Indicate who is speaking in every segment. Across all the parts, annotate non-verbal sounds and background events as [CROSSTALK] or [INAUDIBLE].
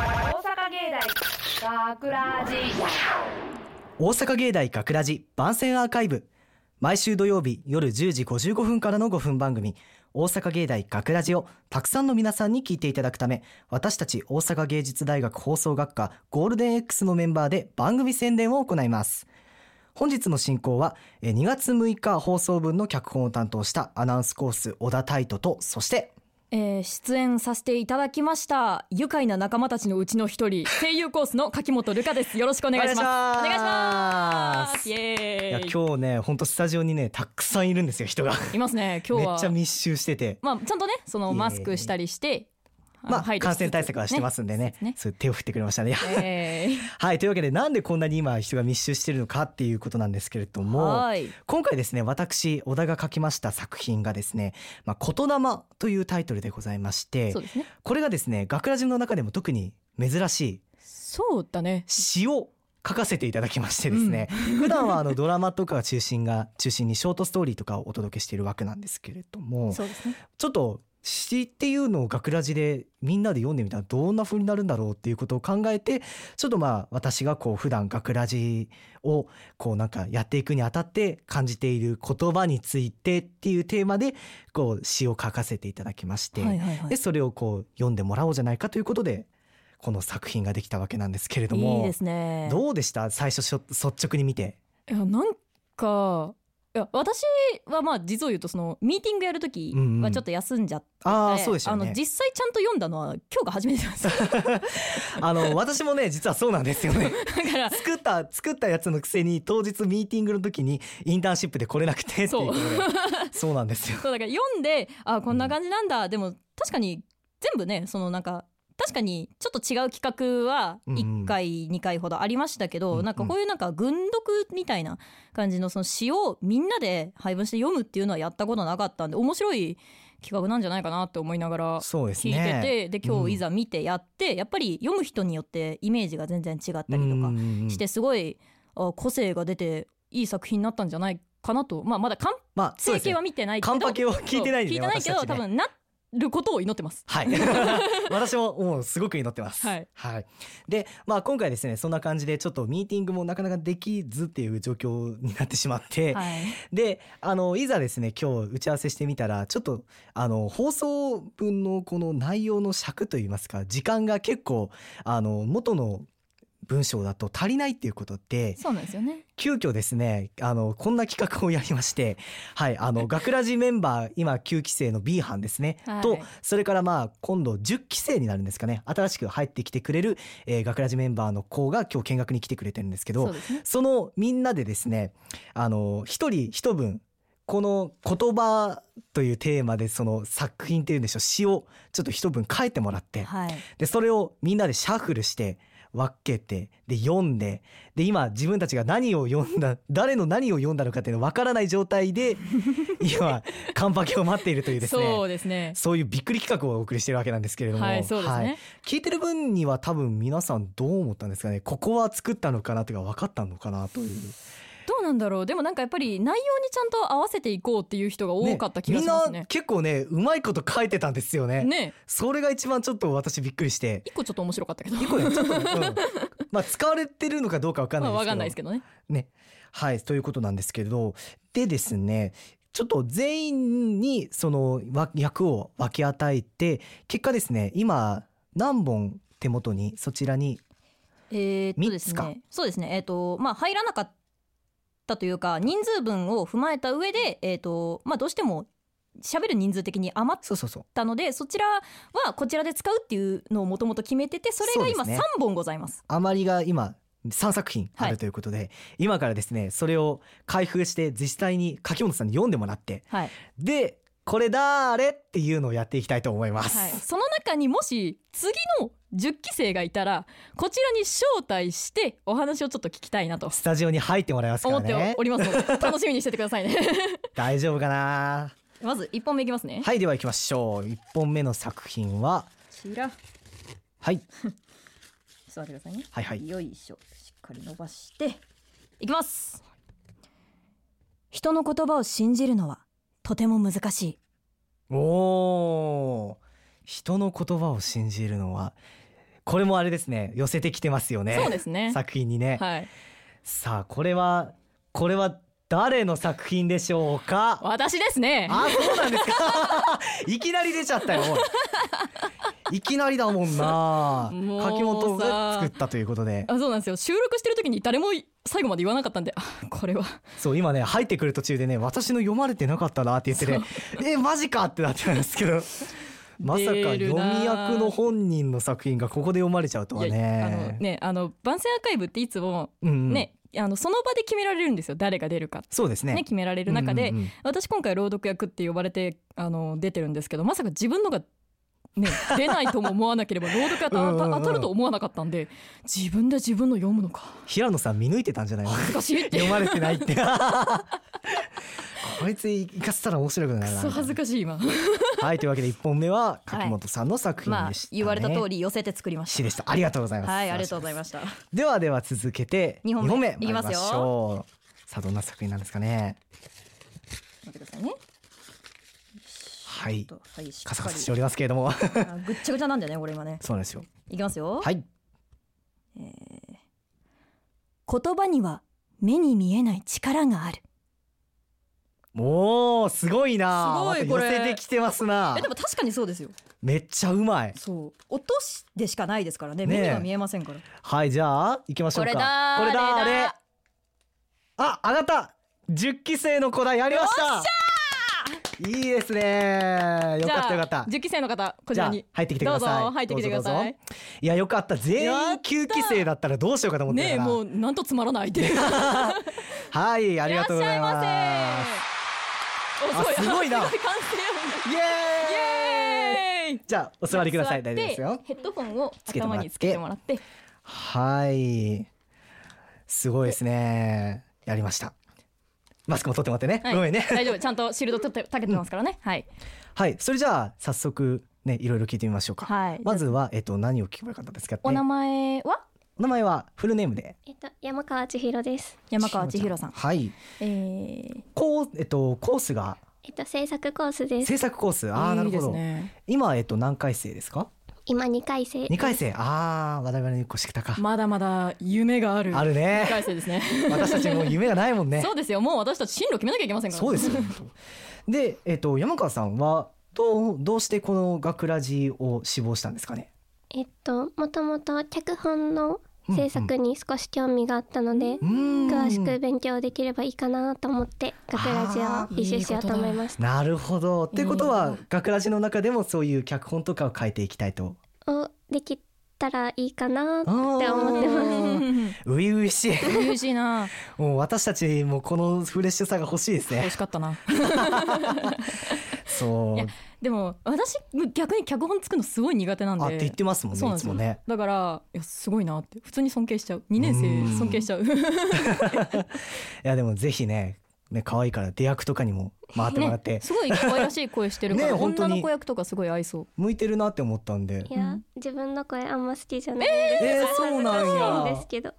Speaker 1: 阪芸大学ラジ
Speaker 2: 大阪芸大学ラジ番宣アーカイブ毎週土曜日夜10時55分からの5分番組大阪芸大学ラジをたくさんの皆さんに聞いていただくため私たち大阪芸術大学放送学科ゴールデン X のメンバーで番組宣伝を行います本日の進行はえー2月6日放送分の脚本を担当したアナウンスコース小田泰斗とそして
Speaker 3: えー出演させていただきました愉快な仲間たちのうちの
Speaker 2: [LAUGHS]
Speaker 3: 一人声優コースの柿本瑠香ですよろしくお願いします
Speaker 2: お願いし
Speaker 3: お願いし
Speaker 2: ま
Speaker 3: ますすイエ
Speaker 2: いや
Speaker 3: ーイ
Speaker 2: 今日ね本当スタジオにねたくさんいるんですよ人が
Speaker 3: いますね今
Speaker 2: めっ
Speaker 3: 日は
Speaker 2: ちゃ密集してて
Speaker 3: まあちゃんとねそのマスクしたりしてあの
Speaker 2: まあ、
Speaker 3: 配慮しつつ
Speaker 2: 感染対策はしてますんでね
Speaker 3: ね
Speaker 2: そう手を振ってくれましたね。いや
Speaker 3: えー
Speaker 2: [LAUGHS] はいというわけでなんでこんなに今人が密集してるのかっていうことなんですけれど [LAUGHS] も
Speaker 3: はい
Speaker 2: 今回ですね私小田が書きました作品がですね「まあ、言霊」というタイトルでございまして
Speaker 3: そうですね
Speaker 2: これがですね学ラジの中でも特に珍し
Speaker 3: そうだね
Speaker 2: い詩を書かせていただきましてですね、普段はあのドラマとかが中心が中心にショートストーリーとかをお届けしているわけなんですけれども
Speaker 3: そうですね
Speaker 2: ちょっと詩っていうのを学ラジでみんなで読んでみたらどんな風になるんだろうっていうことを考えてちょっとまあ私がこう普段学ラジをこうなんかやっていくにあたって感じている言葉についてっていうテーマでこう詩を書かせていただきまして、
Speaker 3: はいはいはい
Speaker 2: でそれをこう読んでもらおうじゃないかということでこの作品ができたわけなんですけれども
Speaker 3: いいですね
Speaker 2: どうでした最初しょ率直に見て。
Speaker 3: いやなんかいや私はまあ実を言うとそのミーティングやるとき
Speaker 2: うんう
Speaker 3: は
Speaker 2: ん
Speaker 3: ちょっと休んじゃって、
Speaker 2: ああそうでしたよ
Speaker 3: あ
Speaker 2: ね
Speaker 3: の実際ちゃんと読んだのは今日が初めてなんですよ
Speaker 2: あの私もね実はそうなんですよね。
Speaker 3: だから
Speaker 2: 作った作ったやつのくせに当日ミーティングの時にインターンシップで来れなくてっていう
Speaker 3: そう
Speaker 2: ことでそうなんですよ。
Speaker 3: そうだから読んであこんな感じなんだ、でも確かに全部ねそのなんか確かにちょっと違う企画は
Speaker 2: うんうん
Speaker 3: 1回2回ほどありましたけど、
Speaker 2: うんうん
Speaker 3: なんかこういうなんか軍読みたいな感じのその詩をみんなで配分して読むっていうのはやったことなかったんで面白い企画なんじゃないかなって思いながら
Speaker 2: そうです
Speaker 3: 聞いてて
Speaker 2: ね。
Speaker 3: で,、今日いざ見てやって、やっぱり読む人によってイメージが全然違ったりとか
Speaker 2: か
Speaker 3: してすごい、あ個性が出ていい作品になったんじゃないかなとまあまだ完
Speaker 2: まあそう
Speaker 3: 成
Speaker 2: です
Speaker 3: 形
Speaker 2: ね
Speaker 3: は。見てないけ
Speaker 2: カ
Speaker 3: ど
Speaker 2: ンパケを聞いてないんで
Speaker 3: 聞い
Speaker 2: ね
Speaker 3: てないけど、
Speaker 2: 私た
Speaker 3: 多
Speaker 2: ちね
Speaker 3: 分なることを祈ってます
Speaker 2: はい [LAUGHS] 私ももうすごく祈ってます。
Speaker 3: はい
Speaker 2: で、まあ、今回ですねそんな感じでちょっとミーティングもなかなかできずっていう状況になってしまって、
Speaker 3: はい
Speaker 2: であのいざですね今日打ち合わせしてみたらちょっとあの放送分のこの内容の尺といいますか時間が結構あの元の文章だと足りないっていうことで
Speaker 3: そうなんですよね
Speaker 2: 急遽ですねあのこんな企画をやりましてはいあ
Speaker 3: [LAUGHS]
Speaker 2: の学ラジメンバー今9期生の B 班ですね、
Speaker 3: はい
Speaker 2: とそれからまあ今度10期生になるんですかね新しく入ってきてくれる、えー学ラジメンバーの子が今日見学に来てくれてるんですけど
Speaker 3: そうですね
Speaker 2: そのみんなでですね、あの、一人一文、この言葉というテーマでその作品っていうんでしょう、詩をちょっと一文書いてもらって、
Speaker 3: はい
Speaker 2: で、それをみんなでシャッフルして、分けて、で、読んで、で、今自分たちが何を読んだ、誰の何を読んだのかっていうのわからない状態
Speaker 3: [LAUGHS]
Speaker 2: で、今、カンパケを待っているというです
Speaker 3: そ
Speaker 2: ね。
Speaker 3: うですね
Speaker 2: そういうびっくり企画をお送りしてるわけなんですけれども、
Speaker 3: はいそうです
Speaker 2: はい
Speaker 3: ね
Speaker 2: 聞いてる分には多分皆さんどう思ったんですかねここは作ったのかなというか分かったのかなという
Speaker 3: どうなんだろうでもなんかやっぱり内容にちゃんと合わせていこうっていう人が多かった気がします
Speaker 2: みん
Speaker 3: ね
Speaker 2: な結構ねうまいこと書いてたんですよね
Speaker 3: ね
Speaker 2: それが一番ちょっと私びっくりして
Speaker 3: 一個ちょっと面白かったけど
Speaker 2: 結構ねちょ
Speaker 3: [LAUGHS]
Speaker 2: っと、うんまあ使われてるのかどうか分かん
Speaker 3: ま
Speaker 2: な
Speaker 3: あ
Speaker 2: いですけど,、
Speaker 3: わかんないですけどね
Speaker 2: ねはいということなんですけれどでですねちょっと全員にそのわ役を分け与えて結果ですね今何本手元にそちらに
Speaker 3: えー、っとです
Speaker 2: 三つか
Speaker 3: ねそうですねえーっとまあ入らなかったというか人数分を踏まえた上でえーっとまあどうしても喋る人数的に余っ
Speaker 2: そうそうそう
Speaker 3: たのでそちらはこちらで使うっていうのをもともと決めててそれが
Speaker 2: そう
Speaker 3: 今
Speaker 2: ですね
Speaker 3: 3本ございます
Speaker 2: 余りが今3作品あ
Speaker 3: は
Speaker 2: る
Speaker 3: い
Speaker 2: ということで、今からですねそれを開封して実際に柿本さんに読んでもらって
Speaker 3: はい、
Speaker 2: でこれだーれっていうのをやっていきたいと思います。
Speaker 3: はい、その中にもし次の10期生がいたらこちらに招待してお話をちょっと聞きたいなと
Speaker 2: スタジオに入ってもらいますか
Speaker 3: 思
Speaker 2: ら
Speaker 3: って
Speaker 2: ね
Speaker 3: お。ります
Speaker 2: [LAUGHS]
Speaker 3: ので楽しみにしててくださいね
Speaker 2: 大丈夫かな
Speaker 3: まず1本目いきますね
Speaker 2: はいでは行きましょう。1本目の作品は
Speaker 3: こちらちょっ
Speaker 2: はい
Speaker 3: と待ってくださいね
Speaker 2: はいはい。
Speaker 3: よいしょしっかり伸ばしていきます人の言葉を信じるのはとても難しい
Speaker 2: おー人の言葉を信じるのはこれもあれですね寄せてきてますよね
Speaker 3: そうですね
Speaker 2: 作品にね、
Speaker 3: はい
Speaker 2: さあこれはこれは誰の作品でしょうか
Speaker 3: 私ですね
Speaker 2: あ、そうなんですか。 [LAUGHS] いきなり出ちゃったよ。おいいきなりだもんな。
Speaker 3: もうさ
Speaker 2: 柿本が作ったということで。
Speaker 3: あそうなんですよ収録してる時に誰も最後まで言わなかったんであこれは
Speaker 2: そう、今ね、入ってくる途中でね、私の読まれてなかったなって言ってね、え、マジかってなってたんですけど。まさか
Speaker 3: 出
Speaker 2: 読
Speaker 3: る
Speaker 2: み
Speaker 3: な
Speaker 2: 役の本人の作品がここで読まれちゃうとはい
Speaker 3: やあの
Speaker 2: ね。
Speaker 3: ねあの番宣アーカイブっていつも
Speaker 2: うんうん、
Speaker 3: ね、あのその場で決められるんですよ誰が出るか、
Speaker 2: そうですね。
Speaker 3: ね、決められる中で、
Speaker 2: うんうんうん
Speaker 3: 私今回朗読役って呼ばれてあの出てるんですけどまさか自分のが、
Speaker 2: [LAUGHS]
Speaker 3: ね、出ないとも思わなければ朗読が
Speaker 2: うんうんうん
Speaker 3: 当たると思わなかったんで自分で自分の読むのか
Speaker 2: 平野さん見抜いてたんじゃないの。
Speaker 3: 恥ずかしいって
Speaker 2: 読まれてないって。
Speaker 3: [LAUGHS]
Speaker 2: こいつ行かせたら面白くな
Speaker 3: く
Speaker 2: るな。
Speaker 3: そ恥ずかしい今
Speaker 2: はいというわけで1本目は柿本さんの作品でした、ね
Speaker 3: り寄せて作りま
Speaker 2: 詩でしたありがとうございます
Speaker 3: ました
Speaker 2: ではでは続けて
Speaker 3: 二本目
Speaker 2: 二
Speaker 3: いきます
Speaker 2: 参
Speaker 3: よ
Speaker 2: りましょうさあどんな作品なんですかね
Speaker 3: 待ってくださいね
Speaker 2: はい
Speaker 3: ちょっとはいしっ
Speaker 2: カサ
Speaker 3: か
Speaker 2: カ
Speaker 3: り
Speaker 2: サしておりますけれども [LAUGHS]
Speaker 3: あぐっちゃぐちゃなんだよねこれ今ね
Speaker 2: そうなんですよ
Speaker 3: いきますよ
Speaker 2: はい
Speaker 3: 言葉には目に見えない力がある
Speaker 2: もうすごいな
Speaker 3: すごい
Speaker 2: また
Speaker 3: これ
Speaker 2: 寄せてきてますな
Speaker 3: えでも確かにそうですよ
Speaker 2: めっちゃうまい
Speaker 3: そう音でしかないですからね
Speaker 2: ねえ
Speaker 3: 目には見えませんから
Speaker 2: はいじゃあ行きましょうかこれだれあ上がった十期生の子だやりましたいいですねよかったよかった
Speaker 3: 受期生の方こち
Speaker 2: じゃ
Speaker 3: ら
Speaker 2: あ
Speaker 3: に
Speaker 2: 入ってきてく
Speaker 3: ど
Speaker 2: だ
Speaker 3: うぞ
Speaker 2: さい
Speaker 3: 入ってきてくだ
Speaker 2: どうぞ
Speaker 3: さ
Speaker 2: どう
Speaker 3: い
Speaker 2: ぞいやよかった全員
Speaker 3: やった
Speaker 2: 9期生だったらどうしようかと思って
Speaker 3: ね
Speaker 2: た
Speaker 3: え
Speaker 2: から
Speaker 3: もうなんとつまらないで [LAUGHS]
Speaker 2: はいありがとうございます
Speaker 3: らっしゃいませ
Speaker 2: あすごいな
Speaker 3: 完成
Speaker 2: イエーイ
Speaker 3: 音イエーイ
Speaker 2: じゃあお座りください
Speaker 3: 座
Speaker 2: 大
Speaker 3: って
Speaker 2: 丈夫ですよ
Speaker 3: ヘッドホンを
Speaker 2: つけても
Speaker 3: 頭
Speaker 2: らって
Speaker 3: につけてもらって
Speaker 2: はいすごいですねやりましたマスクも取ってもらってね、
Speaker 3: はい
Speaker 2: ごめんね
Speaker 3: 大丈夫ちゃんとシールドたたけてますからねはい
Speaker 2: はいそれじゃあ早速ねいろいろ聞いてみましょうか、
Speaker 3: はい
Speaker 2: まずはえっと何を聞けばよかったですかね
Speaker 3: お名前は
Speaker 2: お名前はフルネームで
Speaker 4: えっと、山川千尋です。
Speaker 3: 山川千尋さん
Speaker 2: はい
Speaker 3: えー
Speaker 2: こうえっとコースが
Speaker 4: えっと、制作コースです。
Speaker 2: 制作コースああなるほど
Speaker 3: いいですね
Speaker 2: 今えっと何回生ですか
Speaker 4: 今二回生。
Speaker 2: 二回生ああ我々の越したか、
Speaker 3: まだまだ夢がある
Speaker 2: ある
Speaker 3: [LAUGHS] 二
Speaker 2: ね
Speaker 3: 回生ですね
Speaker 2: 私たちもう夢がないもんね
Speaker 3: そうですよもう私たち進路決めなきゃいけませんから
Speaker 2: そうですよでえっと山川さんはどうどうしてこの学ラジを志望したんですかね
Speaker 4: えっと、もともと脚本の制作に少し興味があったので、
Speaker 2: うーん
Speaker 4: 詳しく勉強できればいいかなと思って、学ラジ
Speaker 2: あ
Speaker 4: オを履修しようと思いました。
Speaker 2: なるほどってこと
Speaker 3: いい
Speaker 2: は
Speaker 3: な
Speaker 2: 学ラジの中でもそういう脚本とかを書いていきたいと
Speaker 4: をできたらいいかなって
Speaker 2: あー
Speaker 4: 思ってます。
Speaker 2: ういういしい
Speaker 3: 嬉しいな
Speaker 2: もう私たちもこのフレッシュさが欲しいです
Speaker 3: 美味
Speaker 2: ね
Speaker 3: しかったな
Speaker 2: そう
Speaker 3: いやでも私逆に脚本作るのすごい苦手なんで
Speaker 2: あって言ってますもん
Speaker 3: そう
Speaker 2: ね
Speaker 3: な
Speaker 2: い
Speaker 3: んで
Speaker 2: つ
Speaker 3: すよ
Speaker 2: もね
Speaker 3: だからいやすごいなって普通に尊敬しちゃう二年生尊敬しちゃう
Speaker 2: いやでもぜひねね可愛いから出役とかにも回ってもらって、
Speaker 3: ねすごい可愛らしい声してるか
Speaker 2: ね
Speaker 3: ら、
Speaker 2: 本当
Speaker 3: 女
Speaker 2: に
Speaker 3: の子役とかすごい合いそう
Speaker 2: 向いてるなって思ったんで
Speaker 4: いや、自分の声あんま好きじゃないで
Speaker 2: えー、そうなん
Speaker 4: す,、
Speaker 2: や
Speaker 4: ですけど、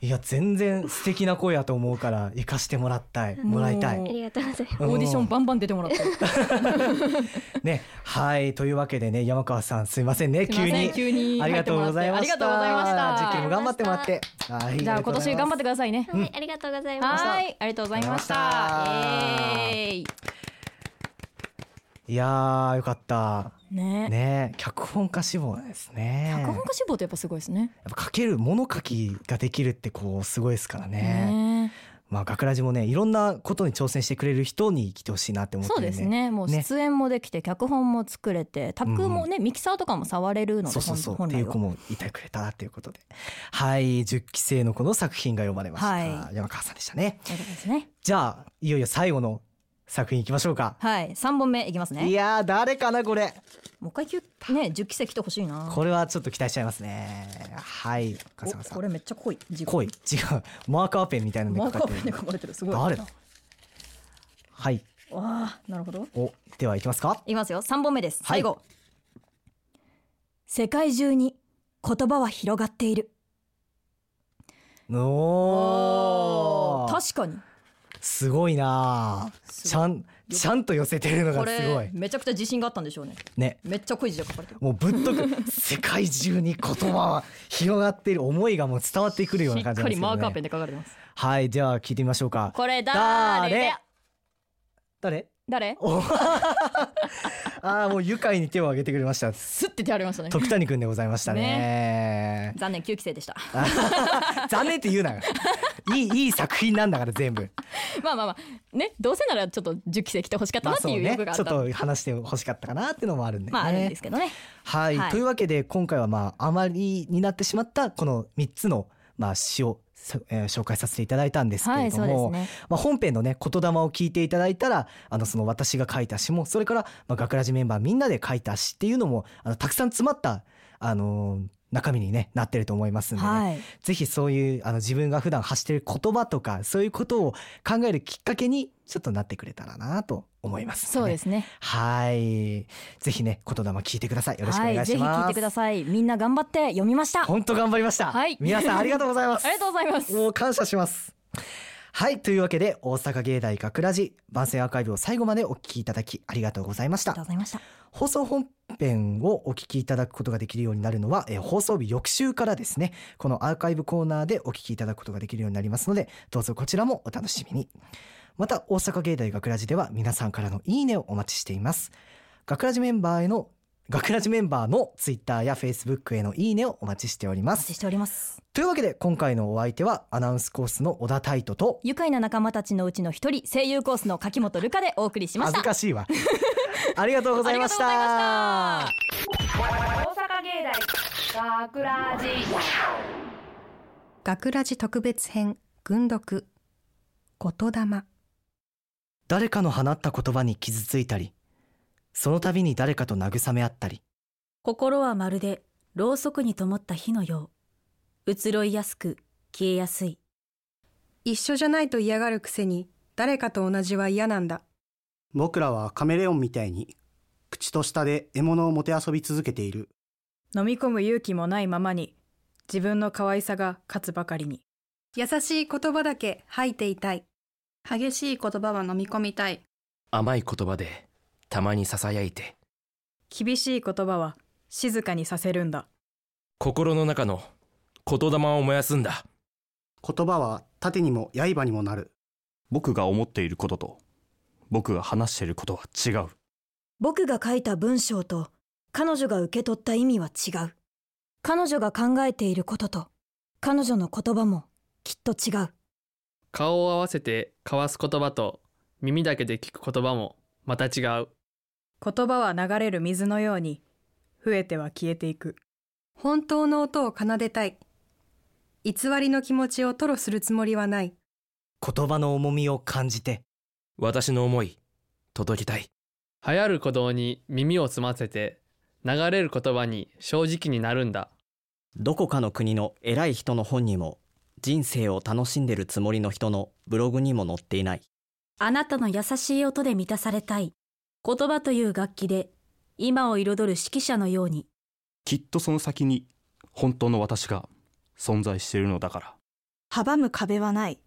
Speaker 2: いや全然素敵な子やと思うから生かしてもらったいもらいた
Speaker 3: う
Speaker 4: あ
Speaker 2: い
Speaker 3: ん
Speaker 4: りがとうございます。
Speaker 3: オーディションバンバン出てもらって
Speaker 2: ねはいというわけでね山川さんすいませんね
Speaker 3: すいま
Speaker 2: 急
Speaker 3: せん
Speaker 2: に
Speaker 3: 急に
Speaker 2: あり
Speaker 3: 入
Speaker 2: が
Speaker 3: って
Speaker 2: と
Speaker 3: も
Speaker 2: うご
Speaker 3: らって
Speaker 2: ざいました
Speaker 3: ありがとうございました
Speaker 2: 受験も頑張ってもらってはい
Speaker 3: じゃあ今年頑張っててくださいね
Speaker 4: はい、ありがとうございます。
Speaker 3: はいありがとうございました
Speaker 2: あ
Speaker 3: イエーイ
Speaker 2: いやーよかった
Speaker 3: ね
Speaker 2: ね脚本家志望なんですね
Speaker 3: 脚本家志望ってやっぱすごいですね
Speaker 2: やっぱ書ける物書きができるってこうすごいですからね
Speaker 3: ね
Speaker 2: まあ学ラジもねいろんなことに挑戦してくれる人に来てほしいなって思って
Speaker 3: そう
Speaker 2: るん
Speaker 3: ですねもう
Speaker 2: ね
Speaker 3: 出演もできて脚本も作れてタクもね、ミキサーとかも触れるの
Speaker 2: そ
Speaker 3: で
Speaker 2: うそうそう
Speaker 3: 本
Speaker 2: っ
Speaker 3: 本
Speaker 2: てい
Speaker 3: 来
Speaker 2: う
Speaker 3: は
Speaker 2: 子もいてくれたということではい10期生の子の作品が読まれました、
Speaker 3: はい
Speaker 2: 山川さんでしたね
Speaker 3: ということですね
Speaker 2: じゃあいよいよ最後の作品いきましょうか、
Speaker 3: はい三本目いきます
Speaker 2: い
Speaker 3: ね
Speaker 2: やー誰かなこれ
Speaker 3: もう一回きゅね十期生来てほしいな
Speaker 2: これはちょっと期待しちゃいますねはい
Speaker 3: お
Speaker 2: 春日さ
Speaker 3: こ
Speaker 2: ん
Speaker 3: れめっちゃ濃い字が
Speaker 2: 濃い違うマーカーペンみたいなの
Speaker 3: マ
Speaker 2: に
Speaker 3: ー
Speaker 2: か
Speaker 3: カ
Speaker 2: か
Speaker 3: ー
Speaker 2: って
Speaker 3: ペ
Speaker 2: る
Speaker 3: ンで書かれてるすごい
Speaker 2: 誰だはい
Speaker 3: わあなるほど
Speaker 2: おではいきますか
Speaker 3: いきますよ三本目です
Speaker 2: はい
Speaker 3: 最後、世界中に言葉は広がっている
Speaker 2: おー
Speaker 3: 確かに
Speaker 2: すごいなあ
Speaker 3: すごい
Speaker 2: ちゃんちゃんと寄せてるの
Speaker 3: こ
Speaker 2: がすご
Speaker 3: れ
Speaker 2: い
Speaker 3: めちゃくちゃ自信があったんでしょうね
Speaker 2: ね
Speaker 3: めっちゃ濃い字で書かれてる
Speaker 2: もうぶっとく世界中に言葉は広がっている思いがもう伝わってくるよう
Speaker 3: し
Speaker 2: な
Speaker 3: っか
Speaker 2: 感じなんです
Speaker 3: り
Speaker 2: けど、ね、
Speaker 3: マーカーペンで書かれてます
Speaker 2: はいでは聞いてみましょうか
Speaker 3: これ
Speaker 2: 誰
Speaker 3: 誰
Speaker 2: 誰
Speaker 3: 誰
Speaker 2: おあーもう愉快に手を挙げてくれました
Speaker 3: すって手ありました [LAUGHS] ね
Speaker 2: 徳谷くんでございましたね
Speaker 3: 残念9期生でした
Speaker 2: [LAUGHS]
Speaker 3: [LAUGHS]
Speaker 2: 残念って言うなよいいいい作品なんだから全部
Speaker 3: まあまあまあねどうせならちょっと10期生来てほしかった
Speaker 2: まあ
Speaker 3: なって
Speaker 2: そう
Speaker 3: いう
Speaker 2: ね
Speaker 3: 欲があっ
Speaker 2: ちょ
Speaker 3: た
Speaker 2: っと話してほしかったかなってのもあるんでね、
Speaker 3: まああるんですけどね
Speaker 2: はい、
Speaker 3: はい
Speaker 2: というわけで今回はまああまりになってしまったこの3つのまあ詩を、さえー紹介させていただいたんですけ
Speaker 3: は
Speaker 2: れ
Speaker 3: い
Speaker 2: ど
Speaker 3: そうで
Speaker 2: も、
Speaker 3: すね
Speaker 2: まあ、本編のね言霊を聞いていただいたらあのその私が書いた詩もそれから、まあ、学ラジメンバーみんなで書いた詩っていうのもあのたくさん詰まった、あのー中身に、ね、なってると思いますんでね、
Speaker 3: はい
Speaker 2: ぜひそういうあの自分が普段発してる言葉とかそういうことを考えるきっかけにちょっとなってくれたらなと思います、ね。
Speaker 3: そうですすね
Speaker 2: はいぜひね言霊聞いてくださいよろしくお願いします。
Speaker 3: はい、ぜひ聞いてくださいみんな頑張って読みましたあ
Speaker 2: 本当頑張りました、
Speaker 3: はい
Speaker 2: 皆さんありがとうございます
Speaker 3: りがとうございます
Speaker 2: もう感謝します。はい。というわけで、大阪芸大学ラジ番宣アーカイブを最後までお聞きいただきありがとうございまし
Speaker 3: ありがと
Speaker 2: た。
Speaker 3: うございました
Speaker 2: 放送本編をお聞きいただくことができるようになるのは、えー放送日翌週からですね、このアーカイブコーナーでお聞きいただくことができるようになりますので、どうぞこちらもお楽しみに。また、大阪芸大学ラジでは皆さんからのいいねをお待ちしています。学ラジメンバーへの学ラジメンバーのツイッターやフェイスブックへのいいねをお待ちしており
Speaker 3: お
Speaker 2: ま
Speaker 3: 待
Speaker 2: す
Speaker 3: ち。しております
Speaker 2: というわけで今回のお相手はアナウンスコースの小田泰斗と
Speaker 3: 愉快な仲間たちのうちの一人声優コースの柿本瑠香でお送りしま
Speaker 2: 恥
Speaker 3: した
Speaker 2: ずかしいわ [LAUGHS] ありがとうございまし
Speaker 3: ありがとうござい
Speaker 2: た
Speaker 3: ました
Speaker 1: 大阪芸大学ラジ
Speaker 5: 学ラジ特別編軍読言霊
Speaker 2: 誰かの放った言葉に傷ついたりその度に誰かと慰め合ったり
Speaker 6: 心はまるでろうそくに灯った火のよう移ろいやすく消えやすい
Speaker 5: 一緒じゃないと嫌がるくせに誰かと同じは嫌なんだ
Speaker 7: 僕らはカメレオンみたいに口と舌で獲物をもてあそび続けている
Speaker 8: 飲み込む勇気もないままに自分の可愛さが勝つばかりに
Speaker 5: 優しい言葉だけ吐いていたい
Speaker 9: 激しい言葉は飲み込みたい
Speaker 10: 甘い言葉でたまにささやいて
Speaker 8: 厳しい言葉は静かにさせるんだ
Speaker 10: 心の中の言霊を燃やすんだ
Speaker 7: 言葉は盾にも刃にもなる
Speaker 11: 僕が思っていることと僕が話していることは違う
Speaker 6: 僕が書いた文章と彼女が受け取った意味は違う彼女が考えていることと彼女の言葉もきっと違う
Speaker 12: 顔を合わせて交わす言葉と耳だけで聞く言葉もまた違う
Speaker 8: 言葉は流れる水のように増えては消えていく
Speaker 5: 本当の音を奏でたい偽りの気持ちを吐露するつもりはない
Speaker 2: 言葉の重みを感じて
Speaker 10: 私の思い届けたい
Speaker 12: 流行る鼓動に耳を澄ませて流れる言葉に正直になるんだ
Speaker 13: どこかの国の偉い人の本にも人生を楽しんでるつもりの人のブログにも載っていない
Speaker 6: あなたの優しい音で満たされたい言葉という楽器で今を彩る指揮者のように
Speaker 11: きっとその先に本当の私が存在しているのだから
Speaker 6: 阻む壁はない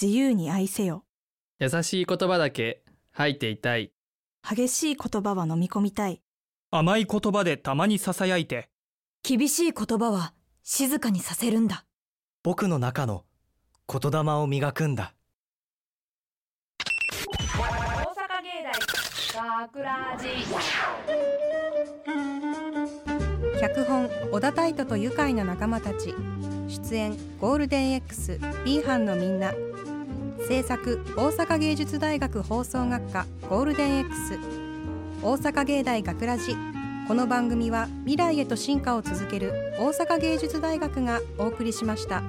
Speaker 6: 自由に愛せよ
Speaker 12: 優しい言葉だけ吐いていたい
Speaker 6: 激しい言葉は飲み込みたい
Speaker 11: 甘い言葉でたまにささやいて
Speaker 6: 厳しい言葉は静かにさせるんだ
Speaker 2: 僕の中の言霊を磨くんだ
Speaker 1: 大阪芸大学ラジ
Speaker 5: 脚本小田泰斗と愉快な仲間たち出演ゴールデン X B 班のみんな制作大阪芸術大学放送学科ゴールデン X 大阪芸大学ラジこの番組は未来へと進化を続ける大阪芸術大学がお送りしました。